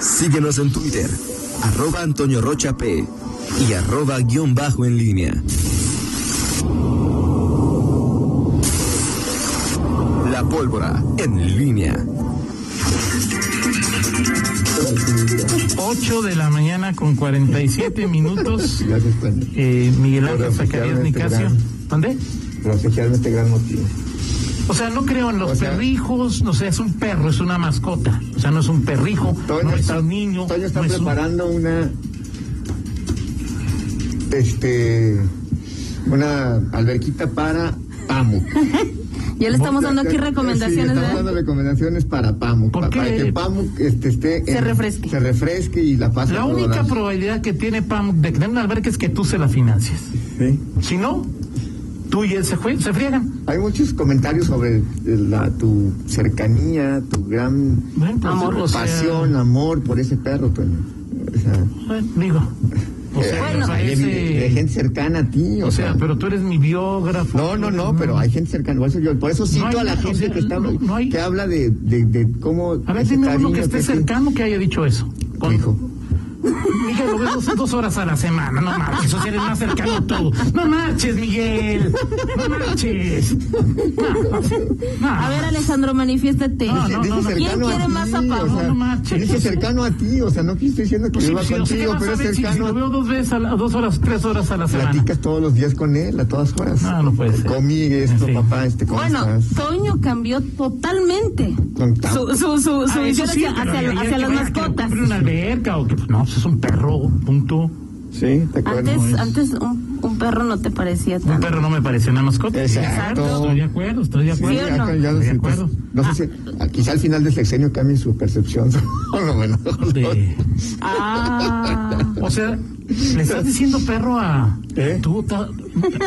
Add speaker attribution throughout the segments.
Speaker 1: Síguenos en Twitter, arroba Antonio Rocha P y arroba guión bajo en línea. La pólvora en línea.
Speaker 2: 8 de la mañana con 47 minutos. Eh, Miguel Ángel Zacarías
Speaker 3: este
Speaker 2: Nicasio. ¿Dónde?
Speaker 3: Pero oficialmente este gran motivo.
Speaker 2: O sea, no creo en los
Speaker 3: O sea-
Speaker 2: perrijos, no sé, es un perro, es una mascota. O sea, no es un perrijo, no es un niño.
Speaker 3: Toño está
Speaker 2: no es un-
Speaker 3: preparando una. Este. Una alberquita para Pamu.
Speaker 4: Ya le estamos dando aquí
Speaker 3: Sí,
Speaker 4: recomendaciones,
Speaker 3: estamos
Speaker 4: ¿verdad?
Speaker 3: dando recomendaciones para Pamu.
Speaker 2: ¿Por
Speaker 3: pa-
Speaker 2: qué?
Speaker 3: Para que Pamu este, esté.
Speaker 4: Se
Speaker 3: en-
Speaker 4: refresque.
Speaker 3: Se refresque y la pase.
Speaker 2: La
Speaker 3: a todo
Speaker 2: única
Speaker 3: dar.
Speaker 2: probabilidad que tiene Pam de tener un albergue es que tú se la financies.
Speaker 3: Sí.
Speaker 2: Si no, tú y él se, jue- se friegan.
Speaker 3: Hay muchos comentarios sobre eh, la, tu cercanía, tu gran
Speaker 2: Bueno, pues,
Speaker 4: Amor,
Speaker 2: o sea,
Speaker 3: pasión, amor por ese perro, Toño. O sea,
Speaker 2: bueno, digo.
Speaker 3: Eh,
Speaker 2: O sea,
Speaker 4: Bueno.
Speaker 2: me
Speaker 3: hay,
Speaker 2: parece-
Speaker 3: de- hay gente cercana a ti, o,
Speaker 2: o sea, pero tú eres mi biógrafo.
Speaker 3: No, no, no, pero hay gente cercana. Por eso, yo, por eso cito
Speaker 2: hay-
Speaker 3: a la
Speaker 2: o
Speaker 3: gente
Speaker 2: sea,
Speaker 3: que, está,
Speaker 2: no- no hay-
Speaker 3: que habla de, de, de cómo.
Speaker 2: A ver,
Speaker 3: ese
Speaker 2: dime uno
Speaker 3: cariño
Speaker 2: que esté
Speaker 3: sí,
Speaker 2: cercano que haya dicho eso. Con-
Speaker 3: hijo.
Speaker 2: Miguel, lo vemos dos horas a la semana, no marches, o sea, eres más cercano tú. No marches, Miguel, no marches. No, no,
Speaker 4: A ver, Alejandro, manifiéstate.
Speaker 2: No, no, no, no.
Speaker 4: ¿Quién
Speaker 3: cercano a
Speaker 4: quiere
Speaker 3: ti,
Speaker 4: más a
Speaker 3: o
Speaker 4: Pablo?
Speaker 3: sea,
Speaker 2: No marches.
Speaker 3: Dice cercano a ti, o sea, no que estoy diciendo que
Speaker 2: Pues sí,
Speaker 3: viva
Speaker 2: pues sí, o sea, ¿qué
Speaker 3: contigo,
Speaker 2: vas
Speaker 3: pero
Speaker 2: a
Speaker 3: es
Speaker 2: ver si- si
Speaker 3: cercano.
Speaker 2: lo veo dos veces, a la- dos horas, tres horas a la semana.
Speaker 3: Platicas todos los días con él, a todas horas.
Speaker 2: Ah, No, no puede ser.
Speaker 3: Comí esto,
Speaker 2: En fin.
Speaker 3: papá, este, ¿cómo
Speaker 4: Bueno,
Speaker 3: estás?
Speaker 4: Toño cambió totalmente
Speaker 3: Con tam-
Speaker 4: su, su, su, su
Speaker 2: Ah, eso
Speaker 4: visión
Speaker 2: sí,
Speaker 4: hacia,
Speaker 2: pero
Speaker 4: hacia-
Speaker 2: ayer
Speaker 4: hacia
Speaker 2: que
Speaker 4: las
Speaker 2: vaya, que
Speaker 4: mascotas.
Speaker 2: compre una alberca o que pues, no, pues es un perro, punto.
Speaker 3: Sí, te acuerdo.
Speaker 4: Antes, antes un, un perro no te parecía
Speaker 2: Un
Speaker 4: tan.
Speaker 2: perro no me parece una mascota.
Speaker 3: Exacto.
Speaker 2: Estoy de acuerdo, estoy de
Speaker 3: Sí,
Speaker 2: acuerdo.
Speaker 4: o no?
Speaker 3: ya- ya lo
Speaker 2: Estoy de
Speaker 3: siento.
Speaker 2: acuerdo.
Speaker 3: No sé si, ah, quizá al final del sexenio cambie su percepción. Por lo menos.
Speaker 2: De-
Speaker 4: Ah,
Speaker 2: o sea, le estás diciendo perro a.
Speaker 3: ¿Eh?
Speaker 2: Tú, ta-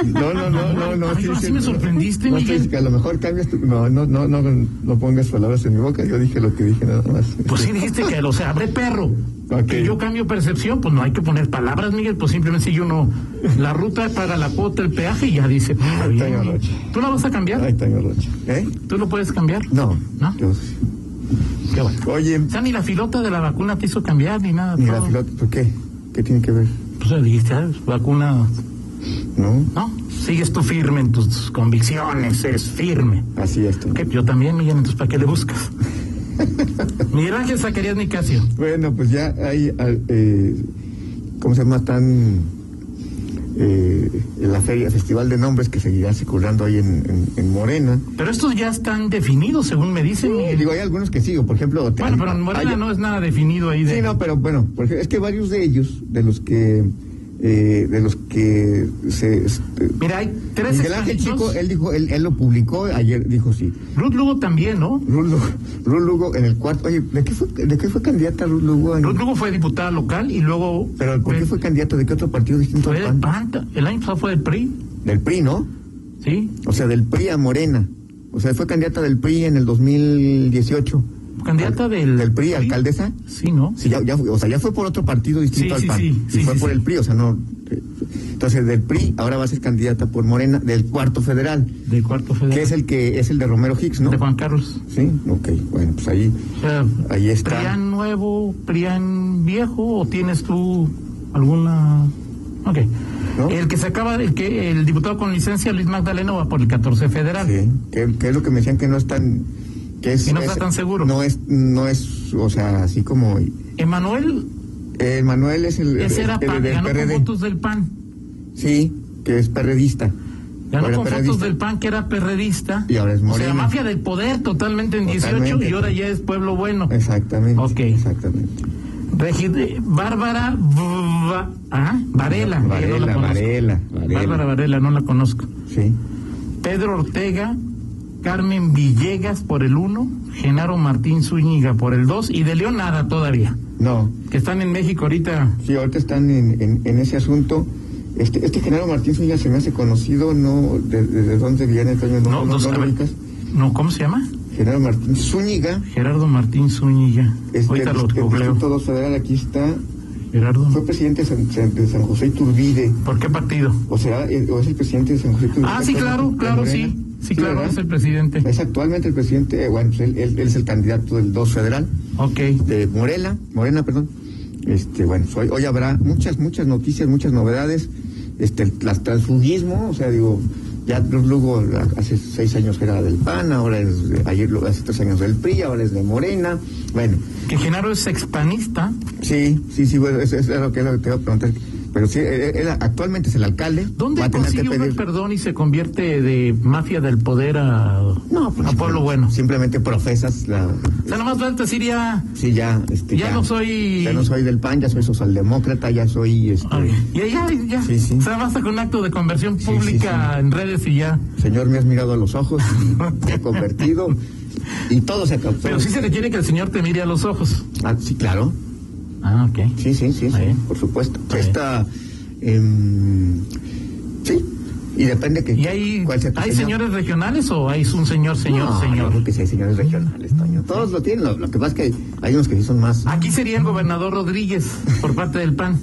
Speaker 3: No, no, no, no, no.
Speaker 2: Ay, ahora sí me sorprendiste,
Speaker 3: no, estoy-
Speaker 2: Miguel.
Speaker 3: que a lo mejor cambias tu... No, no, no, no, no pongas palabras en mi boca. Yo dije lo que dije nada más.
Speaker 2: Pues sí dijiste que, o sea, abre perro.
Speaker 3: Ok.
Speaker 2: Que yo cambio percepción, pues no hay que poner palabras, Miguel, pues simplemente si uno la ruta paga la cuota, el peaje y ya dice. pues, está bien.
Speaker 3: Tengo noche.
Speaker 2: ¿Tú la vas a
Speaker 3: Ay,
Speaker 2: cambiar?
Speaker 3: Toño Rocha. ¿Eh?
Speaker 2: ¿Tú lo puedes cambiar?
Speaker 3: No.
Speaker 2: ¿No?
Speaker 3: Yo-
Speaker 2: Qué bueno.
Speaker 3: Oye,
Speaker 2: O sea, ni la filota de la vacuna te hizo cambiar ni nada.
Speaker 3: mira,
Speaker 2: todo.
Speaker 3: filota, ¿por qué? ¿Qué tiene que ver?
Speaker 2: Pues ya dijiste, ah, vacuna,
Speaker 3: ¿No?
Speaker 2: ¿no? Sigues tú firme en tus convicciones, eres firme.
Speaker 3: Así es. Toño.
Speaker 2: Ok, Yo también, Miguel, entonces ¿para qué le buscas? Miguel Ángel Zacarías Nicasio.
Speaker 3: Bueno, pues ya hay, al- eh, ¿cómo se llama? Tan eh, la feria, festival de nombres que seguirá circulando ahí en, en- en Morena.
Speaker 2: Pero estos ya están definidos, según me dicen,
Speaker 3: Y
Speaker 2: Miguel.
Speaker 3: digo, hay algunos que sigo, por ejemplo.
Speaker 2: Bueno, pero en Morena
Speaker 3: hay-
Speaker 2: no es nada definido ahí de...
Speaker 3: Sí, no, pero bueno, por ejemplo, es que varios de ellos, de los que, eh, de los que se, este,
Speaker 2: Mira, hay tres
Speaker 3: Miguel Ángel Chico, eh.
Speaker 2: extranjeros.
Speaker 3: él dijo, él, él lo publicó ayer, dijo sí.
Speaker 2: Ruth Lugo también, ¿no?
Speaker 3: Ruth Lugo, Ruth Lugo en el cuarto. Oye, ¿de qué fue, de qué fue candidata Ruth Lugo? en-
Speaker 2: Ruth Lugo Pues, fue diputada local y luego...
Speaker 3: Pero ¿por qué fue candidata? ¿De qué otro partido distinto?
Speaker 2: fue
Speaker 3: al
Speaker 2: del
Speaker 3: PAN?
Speaker 2: PAN, el año pasado fue del PRI,
Speaker 3: Del PRI, ¿no?
Speaker 2: ¿sí?
Speaker 3: O sea, del PRI a Morena. O sea, fue candidata del PRI en el 2018.
Speaker 2: Candidata del...
Speaker 3: ¿Del PRI, alcaldesa?
Speaker 2: Sí, ¿no?
Speaker 3: Sí, ya, ya fue- o sea, ya fue por otro partido distinto
Speaker 2: Sí, sí,
Speaker 3: al PAN.
Speaker 2: sí, sí,
Speaker 3: y fue
Speaker 2: sí,
Speaker 3: por
Speaker 2: sí.
Speaker 3: el PRI, o sea, no. eh, Entonces, del PRI, ahora va a ser candidata por Morena, del cuarto federal,
Speaker 2: Del cuarto federal.
Speaker 3: que es el que es el de Romero Hicks, ¿no?
Speaker 2: De Juan Carlos.
Speaker 3: Sí, ok, bueno, pues ahí.
Speaker 2: O sea,
Speaker 3: Ahí está.
Speaker 2: ¿Prián nuevo, Prián viejo o tienes tú alguna...? Ok.
Speaker 3: ¿No?
Speaker 2: El que se acaba, el que el diputado con licencia Luis Magdaleno va por el 14 federal.
Speaker 3: Sí, que, que es lo que me decían que no es tan. Que es,
Speaker 2: Que no está
Speaker 3: es-
Speaker 2: tan seguro.
Speaker 3: No es, no es, o sea, así como.
Speaker 2: Emanuel,
Speaker 3: eh, Manuel es el.
Speaker 2: ese era
Speaker 3: el- el
Speaker 2: PAN,
Speaker 3: del
Speaker 2: ganó con
Speaker 3: PRD.
Speaker 2: votos del PAN.
Speaker 3: Sí, que es perredista.
Speaker 2: Ganó
Speaker 3: Era
Speaker 2: con fotos
Speaker 3: perredista.
Speaker 2: del PAN que era perredista.
Speaker 3: Y ahora es
Speaker 2: O sea, la
Speaker 3: Morena.
Speaker 2: mafia del poder totalmente en 18
Speaker 3: Totalmente.
Speaker 2: y ahora ya es pueblo bueno.
Speaker 3: Exactamente.
Speaker 2: Ok.
Speaker 3: Exactamente.
Speaker 2: Regi- eh, Bárbara Bva- ah, Varela. que yo no la
Speaker 3: Varela,
Speaker 2: conozco.
Speaker 3: Varela, Varela.
Speaker 2: Bárbara Varela, no la conozco.
Speaker 3: Sí.
Speaker 2: Pedro Ortega, Carmen Villegas por el 1, Genaro Martín Zúñiga por el 2 y de León nada todavía.
Speaker 3: No,
Speaker 2: Que están en México ahorita.
Speaker 3: sí, ahorita están en, en, en ese asunto. Este, este Genaro Martín Zúñiga se me hace conocido, ¿no? ¿De, de- de dónde viene, Toño? ¿No, no,
Speaker 2: No,
Speaker 3: no,
Speaker 2: dos-
Speaker 3: lo
Speaker 2: a ver,
Speaker 3: ubicas?
Speaker 2: no, ¿cómo se llama?
Speaker 3: Genaro Martín Zúñiga.
Speaker 2: Gerardo Martín Zúñiga.
Speaker 3: Este,
Speaker 2: ahorita lo
Speaker 3: este,
Speaker 2: googleo.
Speaker 3: Distrito 2 Federal, aquí está.
Speaker 2: Gerardo.
Speaker 3: Fue presidente de San, San- de San José Iturbide.
Speaker 2: ¿Por qué partido?
Speaker 3: O será, eh, o es el presidente de San José Iturbide.
Speaker 2: Ah, sí,
Speaker 3: actualmente
Speaker 2: claro,
Speaker 3: de
Speaker 2: claro,
Speaker 3: Morena.
Speaker 2: sí. Sí, claro,
Speaker 3: ¿verdad?
Speaker 2: es el presidente.
Speaker 3: Es actualmente el presidente, eh, bueno, pues él, él- él es el candidato del 2 federal,
Speaker 2: Ok.
Speaker 3: de Morela, Morena, perdón. Este, bueno, pues hoy, hoy habrá muchas, muchas noticias, muchas novedades. Este, el tras- transfugismo, o sea, digo, ya Cruz Lugo la- hace seis años que era del PAN, ahora es, de- ayer lo- hace tres años del PRI, ahora es de Morena. Bueno,
Speaker 2: Que Genaro es expanista.
Speaker 3: sí, sí, sí, bueno, eso, eso es lo que, lo que te iba a preguntar. Pero sí, eh, él- él actualmente es el alcalde. va
Speaker 2: ¿Dónde
Speaker 3: a tener que
Speaker 2: consigue uno el
Speaker 3: pedir-
Speaker 2: perdón y se convierte de mafia del poder a,
Speaker 3: No, pues,
Speaker 2: a pueblo Ah, bueno?
Speaker 3: Simplemente profesas la.
Speaker 2: O sea, nomás falta decir ya.
Speaker 3: Sí, ya, este,
Speaker 2: Ya no soy- Ah,
Speaker 3: Ya no soy del PAN, ya soy socialdemócrata, ya soy. Este,
Speaker 2: Ay, Ya, ya, ya.
Speaker 3: Sí, sí.
Speaker 2: O sea, basta con un acto de conversión
Speaker 3: Sí,
Speaker 2: pública
Speaker 3: sí,
Speaker 2: en redes y ya.
Speaker 3: Señor, me has mirado a los ojos, te he convertido. Y todo se acabó.
Speaker 2: Pero sí se requiere que el señor te mire a los ojos.
Speaker 3: Ah, sí, claro.
Speaker 2: Ah, ok.
Speaker 3: Sí, sí, sí, sí,
Speaker 2: Ahí.
Speaker 3: por supuesto.
Speaker 2: Ahí.
Speaker 3: Esta. em, sí, y depende que.
Speaker 2: ¿Y hay,
Speaker 3: cuál sea tu
Speaker 2: hay
Speaker 3: señor.
Speaker 2: señores regionales o hay un señor, señor,
Speaker 3: No, yo
Speaker 2: señor?
Speaker 3: creo que sí hay señores regionales, Toño. Todos lo tienen, lo, lo que pasa es que hay unos que sí son más.
Speaker 2: Aquí sería el gobernador Rodríguez por parte del PAN.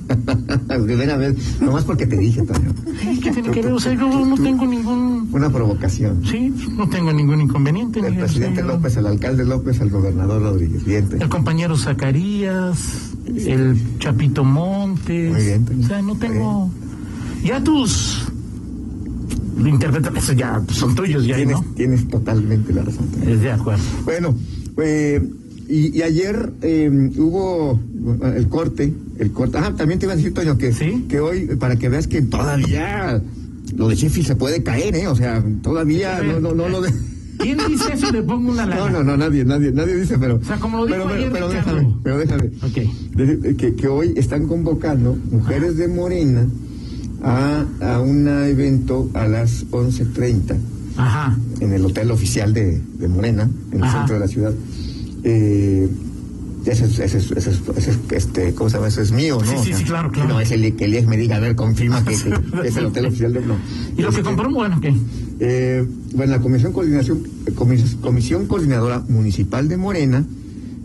Speaker 3: Ven a ver, nomás porque te dije, Toño.
Speaker 2: ¿Qué tiene que ver? O sea, yo no tengo ningún...
Speaker 3: Una provocación.
Speaker 2: Sí, no tengo ningún inconveniente.
Speaker 3: El
Speaker 2: Miguel,
Speaker 3: presidente
Speaker 2: sí, yo-
Speaker 3: López, el alcalde López, el gobernador Rodríguez. Bien, Toño.
Speaker 2: El compañero Zacarías, el Chapito Montes.
Speaker 3: Muy bien, Toño.
Speaker 2: o sea, no tengo... Ya tus... Interpretaciones ya son tuyos, ya,
Speaker 3: Tienes,
Speaker 2: ¿no?
Speaker 3: tienes totalmente la razón. Toño.
Speaker 2: Es de acuerdo.
Speaker 3: Bueno, eh, y, y ayer eh, hubo bueno, el corte, el corte. Ah, también te iba a decir, Toño, que,
Speaker 2: Sí.
Speaker 3: que hoy, eh, para que veas que todavía lo de Sheffield se puede caer, ¿eh? O sea, todavía no, no, no lo de...
Speaker 2: ¿Quién dice eso? Le pongo una lana.
Speaker 3: No, no, no, nadie, nadie, nadie dice, pero...
Speaker 2: sea, como lo dijo
Speaker 3: pero, pero,
Speaker 2: ayer
Speaker 3: pero
Speaker 2: Ricardo.
Speaker 3: déjame, pero déjame.
Speaker 2: Ok.
Speaker 3: De- Que, que hoy están convocando mujeres de Morena a, a un evento a las 11.30
Speaker 2: Ajá.
Speaker 3: en el hotel oficial de, de Morena, en el
Speaker 2: Ajá.
Speaker 3: centro de la ciudad. Eh, ese, es- ese, es- ese es- ese es, este, ¿cómo se llama? Eso es mío, ¿no?
Speaker 2: Sí, sí,
Speaker 3: O sea,
Speaker 2: sí, claro, claro.
Speaker 3: No es el que el IES me diga, a ver, confirma que, que es el hotel oficial de no.
Speaker 2: ¿Y lo que
Speaker 3: Este,
Speaker 2: compró? Bueno, ¿qué?
Speaker 3: eh, bueno, la Comisión, Coordinación, Comis- Comisión Coordinadora Municipal de Morena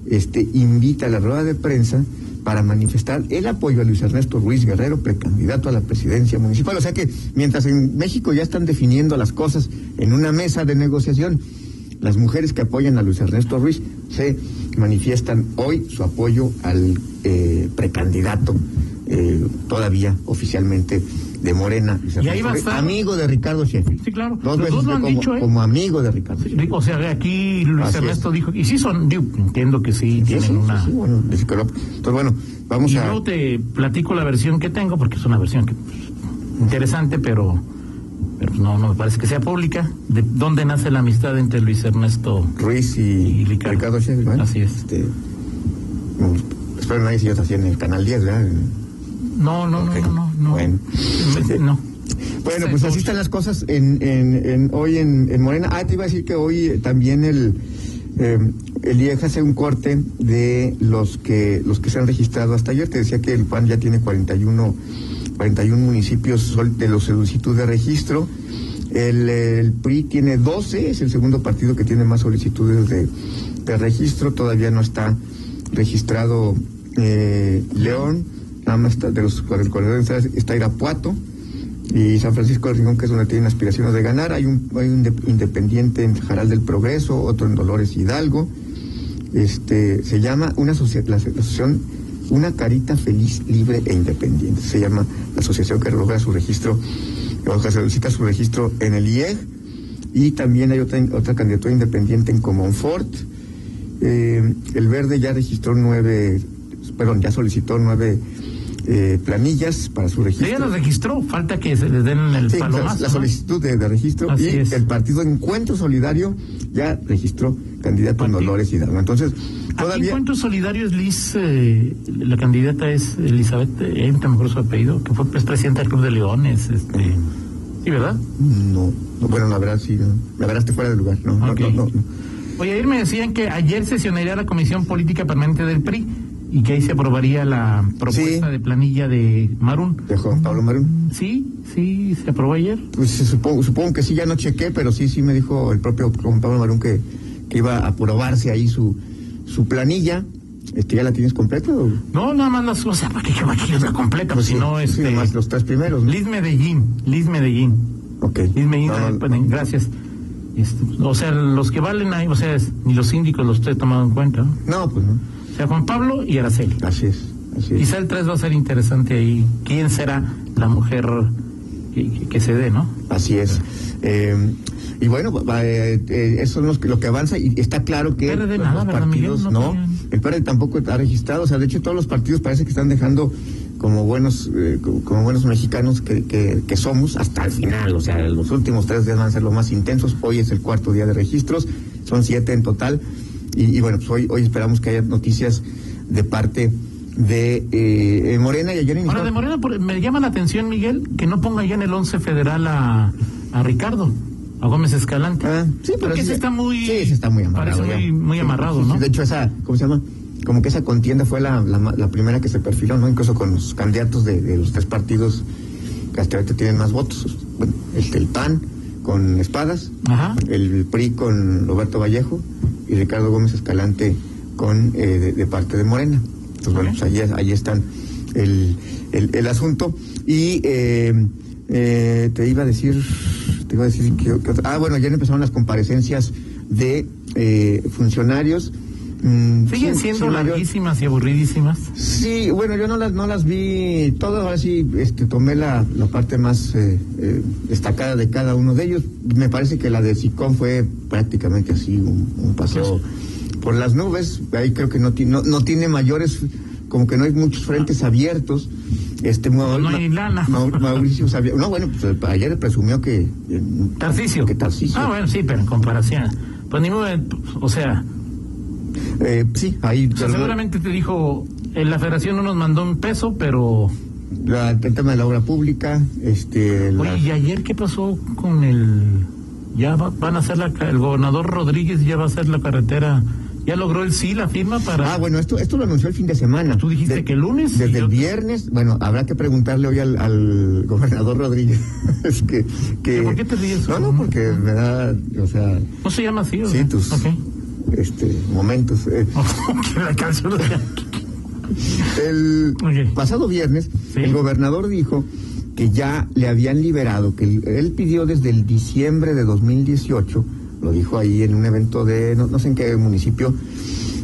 Speaker 3: este, invita a la rueda de prensa para manifestar el apoyo a Luis Ernesto Ruiz Guerrero, precandidato a la presidencia municipal. O sea que mientras en México ya están definiendo las cosas en una mesa de negociación, las mujeres que apoyan a Luis Ernesto Ruiz se manifiestan hoy su apoyo al eh, precandidato eh, todavía oficialmente de Morena. Luis
Speaker 2: Y ahí
Speaker 3: Ernesto
Speaker 2: va a
Speaker 3: Ruiz,
Speaker 2: estar-
Speaker 3: amigo de Ricardo Sheffield.
Speaker 2: Sí, claro. Los
Speaker 3: Dos veces
Speaker 2: dos lo
Speaker 3: fue
Speaker 2: han
Speaker 3: como,
Speaker 2: dicho, ¿eh?
Speaker 3: como amigo de Ricardo. Sheffield.
Speaker 2: O sea, aquí Luis
Speaker 3: Así
Speaker 2: Ernesto dijo, y sí son, digo, entiendo que sí,
Speaker 3: Sí,
Speaker 2: tienen
Speaker 3: sí,
Speaker 2: una...
Speaker 3: sí, sí, bueno, de psicólogo. Entonces, bueno, vamos
Speaker 2: Y
Speaker 3: a.
Speaker 2: yo te platico la versión que tengo, porque es una versión que pues, interesante, pero, pero no, no me parece que sea pública, de dónde nace la amistad entre Luis Ernesto.
Speaker 3: Ruiz y,
Speaker 2: y Ricardo.
Speaker 3: Ricardo, Sheffield. bueno,
Speaker 2: Así es.
Speaker 3: Este, mm, espero nadie se así en el canal 10, ¿verdad?
Speaker 2: No, no,
Speaker 3: Ok,
Speaker 2: no, no, no.
Speaker 3: bueno.
Speaker 2: Me- no.
Speaker 3: Bueno,
Speaker 2: Sí,
Speaker 3: pues
Speaker 2: no.
Speaker 3: así están las cosas en, en, en- hoy en, en Morena. Ah, te iba a decir que hoy eh, también el eh, el IEJ hace un corte de los que los que se han registrado hasta ayer. Te decía que el PAN ya tiene 41 41 municipios sol- de los solicitud de registro. El, eh, el PRI tiene 12, es el segundo partido que tiene más solicitudes de, de registro. Todavía no está registrado eh, León, nada más está- de los 44 está- está Irapuato y San Francisco del Rincón, que es donde tienen aspiraciones de ganar. Hay un, hay un de- independiente en Jaral del Progreso, otro en Dolores Hidalgo. Este, se llama una asocia- la aso- la asociación Una Carita Feliz, Libre e Independiente. Se llama la asociación que logra su registro, o que solicita su registro en el IEG. Y también hay otra, otra candidatura independiente en Comonfort. Eh, el Verde ya registró nueve, perdón, ya solicitó nueve eh, planillas para su registro.
Speaker 2: Ella lo registró, falta que se les den el
Speaker 3: Sí, la,
Speaker 2: palomazo.
Speaker 3: la
Speaker 2: ¿no?
Speaker 3: solicitud de, de registro
Speaker 2: Así
Speaker 3: y
Speaker 2: es.
Speaker 3: el partido Encuentro Solidario ya registró candidato en
Speaker 2: Partido.
Speaker 3: Dolores Hidalgo. Entonces,
Speaker 2: Aquí
Speaker 3: todavía
Speaker 2: Encuentro Solidario es Liz, eh, la candidata es Elizabeth, eh, no me acuerdo su apellido, que fue pues, presidenta del Club de Leones, este, sí, ¿verdad?
Speaker 3: no, no, bueno, la verdad sí, no. la verdad está fuera de lugar, no, no,
Speaker 2: Ok.
Speaker 3: no, no, no.
Speaker 2: Oye, ayer me decían que ayer sesionaría la Comisión Política Permanente del PRI y que ahí se aprobaría la propuesta
Speaker 3: Sí.
Speaker 2: de planilla de Marún.
Speaker 3: de Juan Pablo Marún.
Speaker 2: Sí, sí, se aprobó ayer.
Speaker 3: Pues sí, supongo, supongo que sí, ya no chequé, pero sí, sí me dijo el propio Juan Pablo Marún que, que iba a aprobarse ahí su, su planilla. Este, ¿Ya la tienes completa? o?
Speaker 2: No, nada más las cosas, ¿para qué para qué la completa? Pues si no,
Speaker 3: Sí,
Speaker 2: este.
Speaker 3: nomás los tres primeros, ¿no?
Speaker 2: Liz Medellín, Liz Medellín.
Speaker 3: Ok.
Speaker 2: Liz Medellín,
Speaker 3: No, no,
Speaker 2: eh, ponen, gracias. Este, o sea, los que valen ahí, o sea, es- ni los síndicos los estoy tomando en cuenta. ¿no?
Speaker 3: No, pues no.
Speaker 2: O sea, Juan Pablo y Araceli.
Speaker 3: Así es, así es.
Speaker 2: Quizá el 3 va a ser interesante ahí. ¿Quién será la mujer que, que- que se dé, no?
Speaker 3: Así es. Eh, y bueno, va- eh, eh, eso es lo que, lo que avanza y está claro que
Speaker 2: PRD
Speaker 3: los
Speaker 2: nada, ¿verdad,
Speaker 3: partidos
Speaker 2: Miguel? No
Speaker 3: no,
Speaker 2: tienen.
Speaker 3: el PRD tampoco está registrado, o sea, de hecho todos los partidos parece que están dejando como buenos eh, co- como buenos mexicanos que, que- que somos hasta el final, o sea, los últimos tres días van a ser los más intensos, hoy es el cuarto día de registros, son siete en total y, y bueno, pues hoy, hoy esperamos que haya noticias de parte de eh, eh, Morena y ayer
Speaker 2: Ahora,
Speaker 3: iniciaron-
Speaker 2: de Morena, por- me llama la atención, Miguel, que no ponga ya en el 11 federal a, a Ricardo, a Gómez Escalante.
Speaker 3: Ah, sí, pero
Speaker 2: Porque
Speaker 3: sí,
Speaker 2: ese está muy.
Speaker 3: Sí, ese está muy amarrado.
Speaker 2: Parece muy,
Speaker 3: ya.
Speaker 2: muy
Speaker 3: Sí,
Speaker 2: amarrado,
Speaker 3: sí, sí,
Speaker 2: ¿no?
Speaker 3: De hecho, esa, ¿cómo se llama? Como que esa contienda fue la, la ma- la primera que se perfiló, ¿no? Incluso con los candidatos de, de los tres partidos que hasta ahorita tienen más votos. Bueno, este, el PAN con Espadas,
Speaker 2: Ajá.
Speaker 3: el PRI con Roberto Vallejo y Ricardo Gómez Escalante con eh, de, de parte de Morena. Entonces, bueno,
Speaker 2: Ok.
Speaker 3: pues ahí, ahí están el, el, el asunto. Y eh, eh, te iba a decir, te iba a decir que, que otra- ah, bueno, ya empezaron las comparecencias de eh, funcionarios. mm,
Speaker 2: Siguen
Speaker 3: sin-
Speaker 2: siendo
Speaker 3: sin mayor-
Speaker 2: larguísimas y aburridísimas.
Speaker 3: Sí, bueno, yo no las, no las vi todas, ahora sí este, tomé la, la parte más eh, eh, destacada de cada uno de ellos. Me parece que la de SICOM fue prácticamente así, un, un paseo por las nubes. Ahí creo que no, ti- no, no tiene mayores, como que no hay muchos frentes abiertos. Este, Mau-
Speaker 2: No hay
Speaker 3: Ma-
Speaker 2: lana.
Speaker 3: Mau- Mauricio sabía. No, bueno, pues, ayer presumió que. eh,
Speaker 2: Tarcicio.
Speaker 3: Que Tarcisio.
Speaker 2: Ah, bueno, sí, pero en comparación. Pues ni modo, eh, o sea,
Speaker 3: eh, sí, ahí.
Speaker 2: o sea, seguramente te dijo, en la federación no nos mandó un peso, pero...
Speaker 3: la- el tema de la obra pública. Este, la-
Speaker 2: Oye, ¿y ayer qué pasó con el... Ya va- van a hacer la... ca- El gobernador Rodríguez ya va a hacer la carretera... Ya logró el sí, la firma para...
Speaker 3: Ah, bueno, esto, esto lo anunció el fin de semana.
Speaker 2: Tú dijiste que el lunes, y
Speaker 3: Desde
Speaker 2: yo-
Speaker 3: el viernes. Bueno, habrá que preguntarle hoy al, al gobernador Rodríguez. es que, que-
Speaker 2: ¿Pero por qué te ríes?
Speaker 3: No, no, porque me da, o sea,
Speaker 2: ¿No se llama así? o
Speaker 3: sí,
Speaker 2: sea?
Speaker 3: tus
Speaker 2: Ok.
Speaker 3: este, momentos. eh.
Speaker 2: Que la canción de-
Speaker 3: El
Speaker 2: Ok.
Speaker 3: pasado viernes,
Speaker 2: Sí.
Speaker 3: el gobernador dijo que ya le habían liberado, que él, él pidió desde el diciembre de 2018, lo dijo ahí en un evento de no, no sé en qué municipio,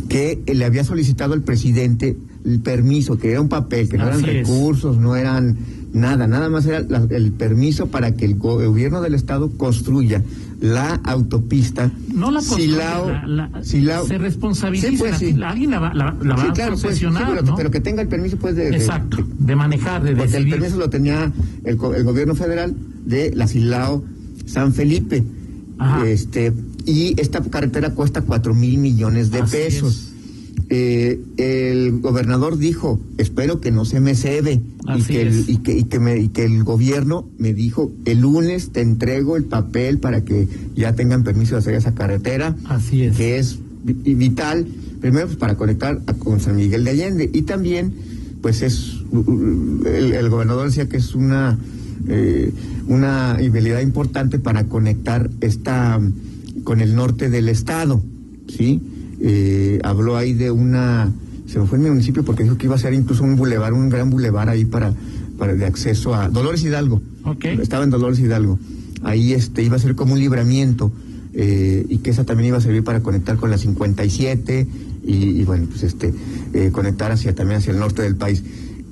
Speaker 3: que le había solicitado al presidente el permiso, que era un papel, que no eran
Speaker 2: Así es.
Speaker 3: recursos, no eran nada, nada más era la- el permiso para que el go- gobierno del estado construya la autopista
Speaker 2: No la construye,
Speaker 3: Silao-
Speaker 2: la- la-
Speaker 3: Silao-
Speaker 2: se responsabiliza.
Speaker 3: Sí, pues,
Speaker 2: la-
Speaker 3: sí.
Speaker 2: la- alguien la va, la, la va
Speaker 3: Sí,
Speaker 2: a
Speaker 3: claro, pues, sí,
Speaker 2: concesionar,
Speaker 3: pero,
Speaker 2: ¿no?
Speaker 3: pero que tenga el permiso pues de- de-
Speaker 2: Exacto, de manejar, de
Speaker 3: porque el
Speaker 2: decidir.
Speaker 3: permiso lo tenía el, co- el gobierno federal de la Silao San Felipe.
Speaker 2: Ajá.
Speaker 3: Este, y esta carretera cuesta cuatro mil millones de
Speaker 2: Así
Speaker 3: pesos. Eh, el gobernador dijo, espero que no se me cede y
Speaker 2: Así
Speaker 3: que, el,
Speaker 2: es.
Speaker 3: y, que, y que me- y que el gobierno me dijo, el lunes te entrego el papel para que ya tengan permiso de hacer esa carretera
Speaker 2: Así es.
Speaker 3: que es vi- y vital, primero pues, para conectar a- con San Miguel de Allende y también, pues es, u- u- el, el gobernador decía que es una, eh, una habilidad importante para conectar esta, mm, con el norte del estado, ¿sí? Eh, habló ahí de una, se me fue el municipio porque dijo que iba a ser incluso un bulevar, un gran bulevar ahí para, para de acceso a Dolores Hidalgo. Este,
Speaker 2: Ok.
Speaker 3: Estaba en Dolores Hidalgo. Ahí este iba a ser como un libramiento eh, y que esa también iba a servir para conectar con la 57 y, y bueno, pues este eh, conectar hacia también hacia el norte del país.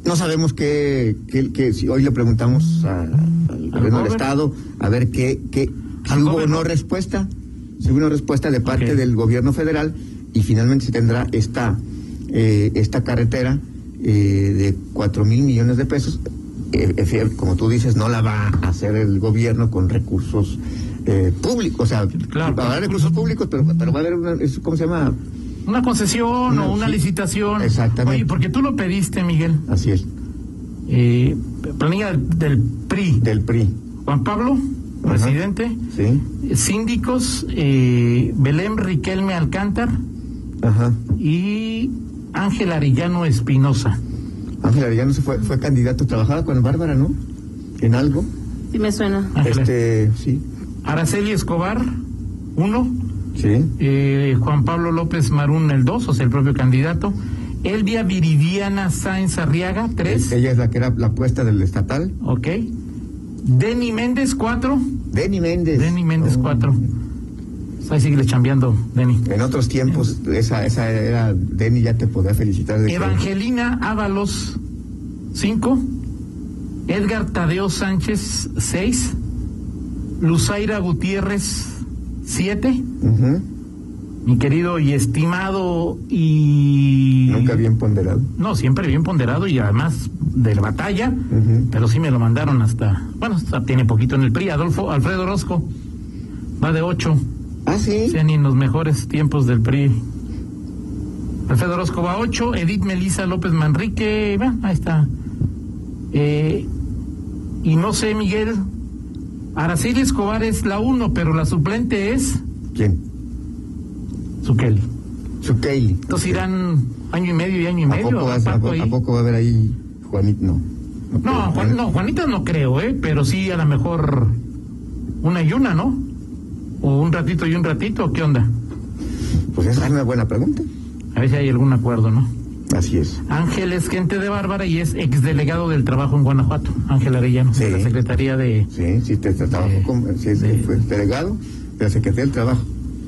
Speaker 3: No sabemos qué, qué- qué- si hoy le preguntamos a- al gobierno del
Speaker 2: gobernador?
Speaker 3: Estado a ver qué, qué si
Speaker 2: Al
Speaker 3: hubo o
Speaker 2: gobierno.
Speaker 3: no respuesta, si hubo una respuesta de parte
Speaker 2: Ok.
Speaker 3: del gobierno federal y finalmente se tendrá esta eh, esta carretera eh, de 4 mil millones de pesos. Eh, eh, fiel, como tú dices, no la va a hacer el gobierno con recursos eh, públicos, o sea,
Speaker 2: Claro.
Speaker 3: va a haber recursos públicos, pero, pero va a haber una, es- ¿cómo se llama?
Speaker 2: Una concesión
Speaker 3: Una-
Speaker 2: o una
Speaker 3: sí.
Speaker 2: licitación.
Speaker 3: Exactamente.
Speaker 2: Oye, porque tú lo pediste, Miguel.
Speaker 3: Así es,
Speaker 2: Eh, planilla del PRI.
Speaker 3: del PRI,
Speaker 2: Juan Pablo,
Speaker 3: Ajá.
Speaker 2: presidente.
Speaker 3: ¿sí?
Speaker 2: Síndicos, eh, Belén Riquelme Alcántar
Speaker 3: Ajá.
Speaker 2: y Ángel Arillano Espinosa.
Speaker 3: Ángel Arellano se fue, fue candidato, trabajaba con Bárbara, ¿no? En algo.
Speaker 4: Sí me suena.
Speaker 2: Ángela.
Speaker 3: Este, sí,
Speaker 2: Araceli Escobar, uno.
Speaker 3: sí.
Speaker 2: Eh, Juan Pablo López Marún, el dos, o sea, el propio candidato. Elvia Viridiana Sáenz Arriaga, tres.
Speaker 3: Ella es la que era la apuesta del estatal.
Speaker 2: Ok. Denny Méndez, cuatro.
Speaker 3: Denny Méndez.
Speaker 2: Denny Méndez,
Speaker 3: Oh.
Speaker 2: cuatro. Pues Ahí sigue chambeando, Denny.
Speaker 3: En otros tiempos, esa, esa era, Denny ya te podía felicitar. De que-
Speaker 2: Evangelina Ábalos, 5. Edgar Tadeo Sánchez, 6. Luzaira Gutiérrez, 7.
Speaker 3: Ujú,
Speaker 2: Mi querido y estimado y...
Speaker 3: Nunca bien ponderado.
Speaker 2: No, siempre bien ponderado y además de la batalla,
Speaker 3: Ujú.
Speaker 2: pero sí me lo mandaron hasta... Bueno, hasta tiene poquito en el PRI, Adolfo Alfredo Orozco. Va de 8.
Speaker 3: Ah, sí.
Speaker 2: Sí, ni en los mejores tiempos del PRI. Alfredo Orozco va 8, Edith Melisa López Manrique, va, ahí está. Eh, y no sé, Miguel, Araceli Escobar es la 1, pero la suplente es
Speaker 3: ¿Quién?
Speaker 2: Zukeli.
Speaker 3: Su Kaylee.
Speaker 2: Entonces irán año y medio y año y
Speaker 3: ¿A
Speaker 2: medio.
Speaker 3: poco, vas- a,
Speaker 2: Paco
Speaker 3: po-
Speaker 2: ahí?
Speaker 3: a poco va a haber ahí Juanito? No.
Speaker 2: No, Juan- no, Juanita no creo, ¿eh? pero sí a lo mejor una y una, ¿no? O un ratito y un ratito, ¿qué onda?
Speaker 3: Pues esa es una buena pregunta.
Speaker 2: A ver si hay algún acuerdo, ¿no?
Speaker 3: Así es.
Speaker 2: Ángel es gente de Bárbara y es exdelegado del trabajo en Guanajuato. Ángel Arellano,
Speaker 3: Sí.
Speaker 2: de la Secretaría de...
Speaker 3: Sí, sí, te trataba
Speaker 2: Sí.
Speaker 3: como. Sí, sí,
Speaker 2: Sí.
Speaker 3: fue delegado de la Secretaría del Trabajo.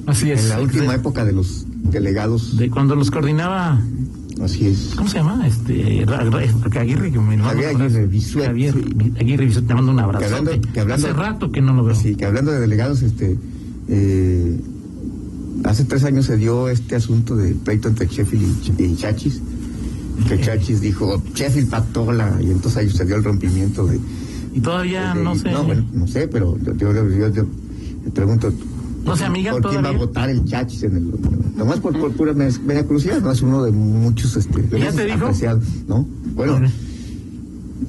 Speaker 2: Así
Speaker 3: En la última
Speaker 2: de,
Speaker 3: época de los delegados.
Speaker 2: de cuando los coordinaba,
Speaker 3: Así es.
Speaker 2: ¿cómo se llama? Este, Ra- Ra- Aguirre. que me lo mando
Speaker 3: Javier
Speaker 2: un abrazo.
Speaker 3: Aguirre Bisuet.
Speaker 2: Javier Aguirre Bisuet, te mando un abrazo.
Speaker 3: Que hablando- que hablando-
Speaker 2: Hace rato que no lo veo.
Speaker 3: Sí, que hablando de delegados, este. eh, hace tres años se dio este asunto del pleito entre Sheffield y, y Chachis. Que Chachis dijo, Sheffield pactó la. Y entonces ahí se dio el rompimiento de.
Speaker 2: Y todavía
Speaker 3: de-
Speaker 2: no sé...
Speaker 3: No, bueno, no sé, pero yo, yo, yo- yo- yo te pregunto.
Speaker 2: No se amigan
Speaker 3: ¿Por quién va a
Speaker 2: todavía.
Speaker 3: votar el Chachis en el. Nomás por, por pura mes- mera curiosidad, no es uno de muchos. Este, de
Speaker 2: ¿Ya
Speaker 3: esos
Speaker 2: te dijo?
Speaker 3: apreciados, ¿no? Bueno,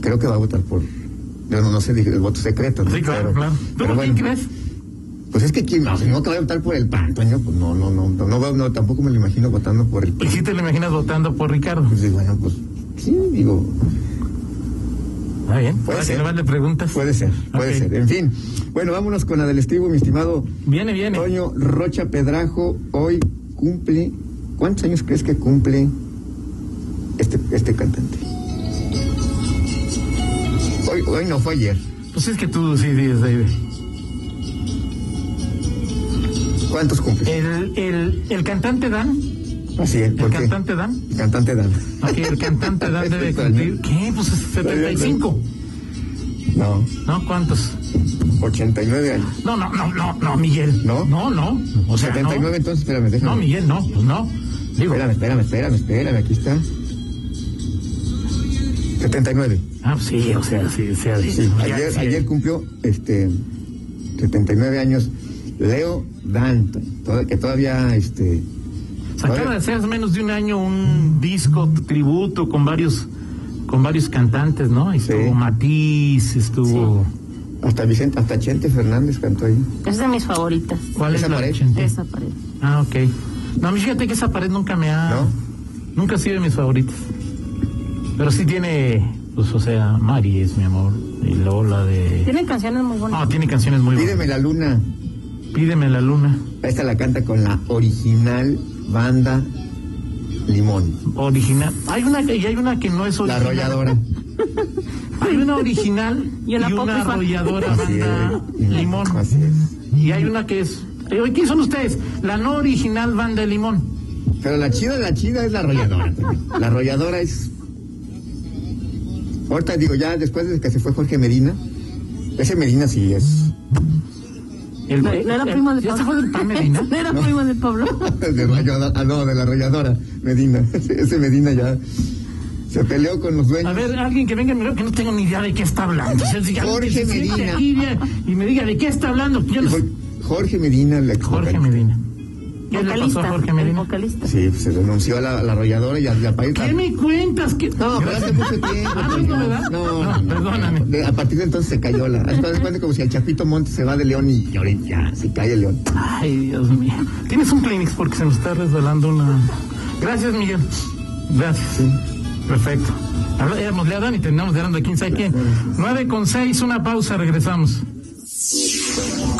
Speaker 3: creo que va a votar por. Yo no, no sé, dije, el voto secreto. ¿no?
Speaker 2: Sí, claro,
Speaker 3: Pero-
Speaker 2: claro. ¿Tú
Speaker 3: pero
Speaker 2: por
Speaker 3: bueno.
Speaker 2: quién crees?
Speaker 3: Pues es que quién, no, si no te va a votar por el pan, Toño, pues no, no, no, no, no, no, tampoco me lo imagino votando por el
Speaker 2: ¿Y
Speaker 3: pan.
Speaker 2: si Pues te lo imaginas votando por Ricardo?
Speaker 3: Pues sí, bueno, pues sí, digo,
Speaker 2: Está bien.
Speaker 3: Puede
Speaker 2: Ahora que
Speaker 3: ser.
Speaker 2: le vale preguntas.
Speaker 3: puede ser, puede
Speaker 2: Ok.
Speaker 3: ser. En fin, bueno, vámonos con la del estribo, mi estimado
Speaker 2: Viene, viene.
Speaker 3: Toño Rocha Pedrajo. Hoy cumple, ¿cuántos años crees que cumple este, este cantante? Hoy, hoy no fue ayer.
Speaker 2: Pues es que tú sí dices, David.
Speaker 3: ¿Cuántos cumple?
Speaker 2: El, el, el cantante Dan,
Speaker 3: Así es,
Speaker 2: Eh, el
Speaker 3: ¿por qué?
Speaker 2: cantante Dan,
Speaker 3: El cantante Dan.
Speaker 2: ok, el cantante Dan debe
Speaker 3: Está
Speaker 2: cumplir,
Speaker 3: bien.
Speaker 2: ¿qué? Pues es 75,
Speaker 3: No,
Speaker 2: ¿no? ¿Cuántos?
Speaker 3: 89 años.
Speaker 2: No, no, no, no, no, Miguel.
Speaker 3: ¿No?
Speaker 2: No, no, o sea,
Speaker 3: 79
Speaker 2: no.
Speaker 3: entonces, espérame, déjame.
Speaker 2: No, Miguel, no, pues no. Digo,
Speaker 3: Espérame, espérame, espérame, espérame, aquí está. 79.
Speaker 2: ah, sí, o sea, sí, sea de-
Speaker 3: Sí,
Speaker 2: Ah, ya,
Speaker 3: ayer,
Speaker 2: sí.
Speaker 3: ayer cumplió este 79 años Leo Danto, toda- que todavía este
Speaker 2: Se acaba de hacer hace menos de un año un disco tributo con varios con varios cantantes, ¿no? Estuvo
Speaker 3: Sí.
Speaker 2: Matiz, estuvo...
Speaker 3: hasta Vicente, hasta Chente Fernández cantó ahí.
Speaker 4: Es de mis favoritas.
Speaker 2: ¿Cuál es
Speaker 3: Esa
Speaker 2: la
Speaker 3: pared.
Speaker 2: ochenta?
Speaker 4: Esa pared.
Speaker 2: Ah, ok. No, a mí fíjate que esa pared nunca me ha...
Speaker 3: ¿No?
Speaker 2: Nunca ha sido de mis favoritas. Pero sí tiene, pues, o sea, Mari es mi amor. Y luego la de...
Speaker 4: Tiene canciones muy
Speaker 2: No,
Speaker 4: bonitas.
Speaker 2: tiene canciones muy buenas.
Speaker 3: Pídeme la luna.
Speaker 2: Pídeme la luna.
Speaker 3: Esta la canta con la original banda Limón,
Speaker 2: Original. Hay una, que- y hay una que no es
Speaker 3: la
Speaker 2: original.
Speaker 3: arrolladora.
Speaker 2: Hay una original y
Speaker 4: Y una
Speaker 2: una
Speaker 4: apócrifa.
Speaker 2: arrolladora
Speaker 3: Así
Speaker 2: banda
Speaker 3: es.
Speaker 2: Limón.
Speaker 3: Así es.
Speaker 2: Y hay una que es... eh, oye, ¿Quién son ustedes? La no original banda Limón.
Speaker 3: Pero la chida, la chida es la arrolladora. Toño. La arrolladora es. Ahorita digo, ya después de que se fue Jorge Medina, ese Medina sí es.
Speaker 2: El,
Speaker 4: No, no era
Speaker 2: el- Eh,
Speaker 4: primo de
Speaker 2: Ah, ¿Ya se
Speaker 4: Pablo.
Speaker 2: fue del pan, Medina?
Speaker 4: no era primo de Pablo.
Speaker 3: De arrolladora- ah, no, de la arrolladora Medina. Ese Medina ya se peleó con los
Speaker 2: A
Speaker 3: dueños.
Speaker 2: ver, alguien que venga y me diga que no tengo ni idea de qué está hablando. O sea, si alguien que se
Speaker 3: Jorge
Speaker 2: siente
Speaker 3: Medina.
Speaker 2: aquí de- y me diga de qué está hablando. Yo
Speaker 3: Y
Speaker 2: no sé.
Speaker 3: fue Jorge Medina, la
Speaker 2: Jorge Medina. ¿Qué le pasó
Speaker 4: Vocalista.
Speaker 2: a Jorge
Speaker 4: el
Speaker 2: Medina?
Speaker 4: vocalista.
Speaker 3: Sí, pues, se renunció a la, a la arrolladora y al país.
Speaker 2: ¿Qué me cuentas? ¿Qué-
Speaker 3: No, pero hace mucho tiempo.
Speaker 2: Ah, no,
Speaker 3: Toño.
Speaker 2: ¿verdad?
Speaker 3: No,
Speaker 2: No,
Speaker 3: no, no.
Speaker 2: perdóname.
Speaker 3: De- a partir de entonces se cayó la. Es cuando- es cuando como si el Chapito Montes se va de León y ahorita ya se cae el León.
Speaker 2: Ay, Dios mío. Tienes un Kleenex porque se nos está resbalando una. Gracias, Miguel. Gracias. Perfecto. Habla- Éramos le y terminamos dando de 15 a quién. 9 con 6, una pausa, regresamos.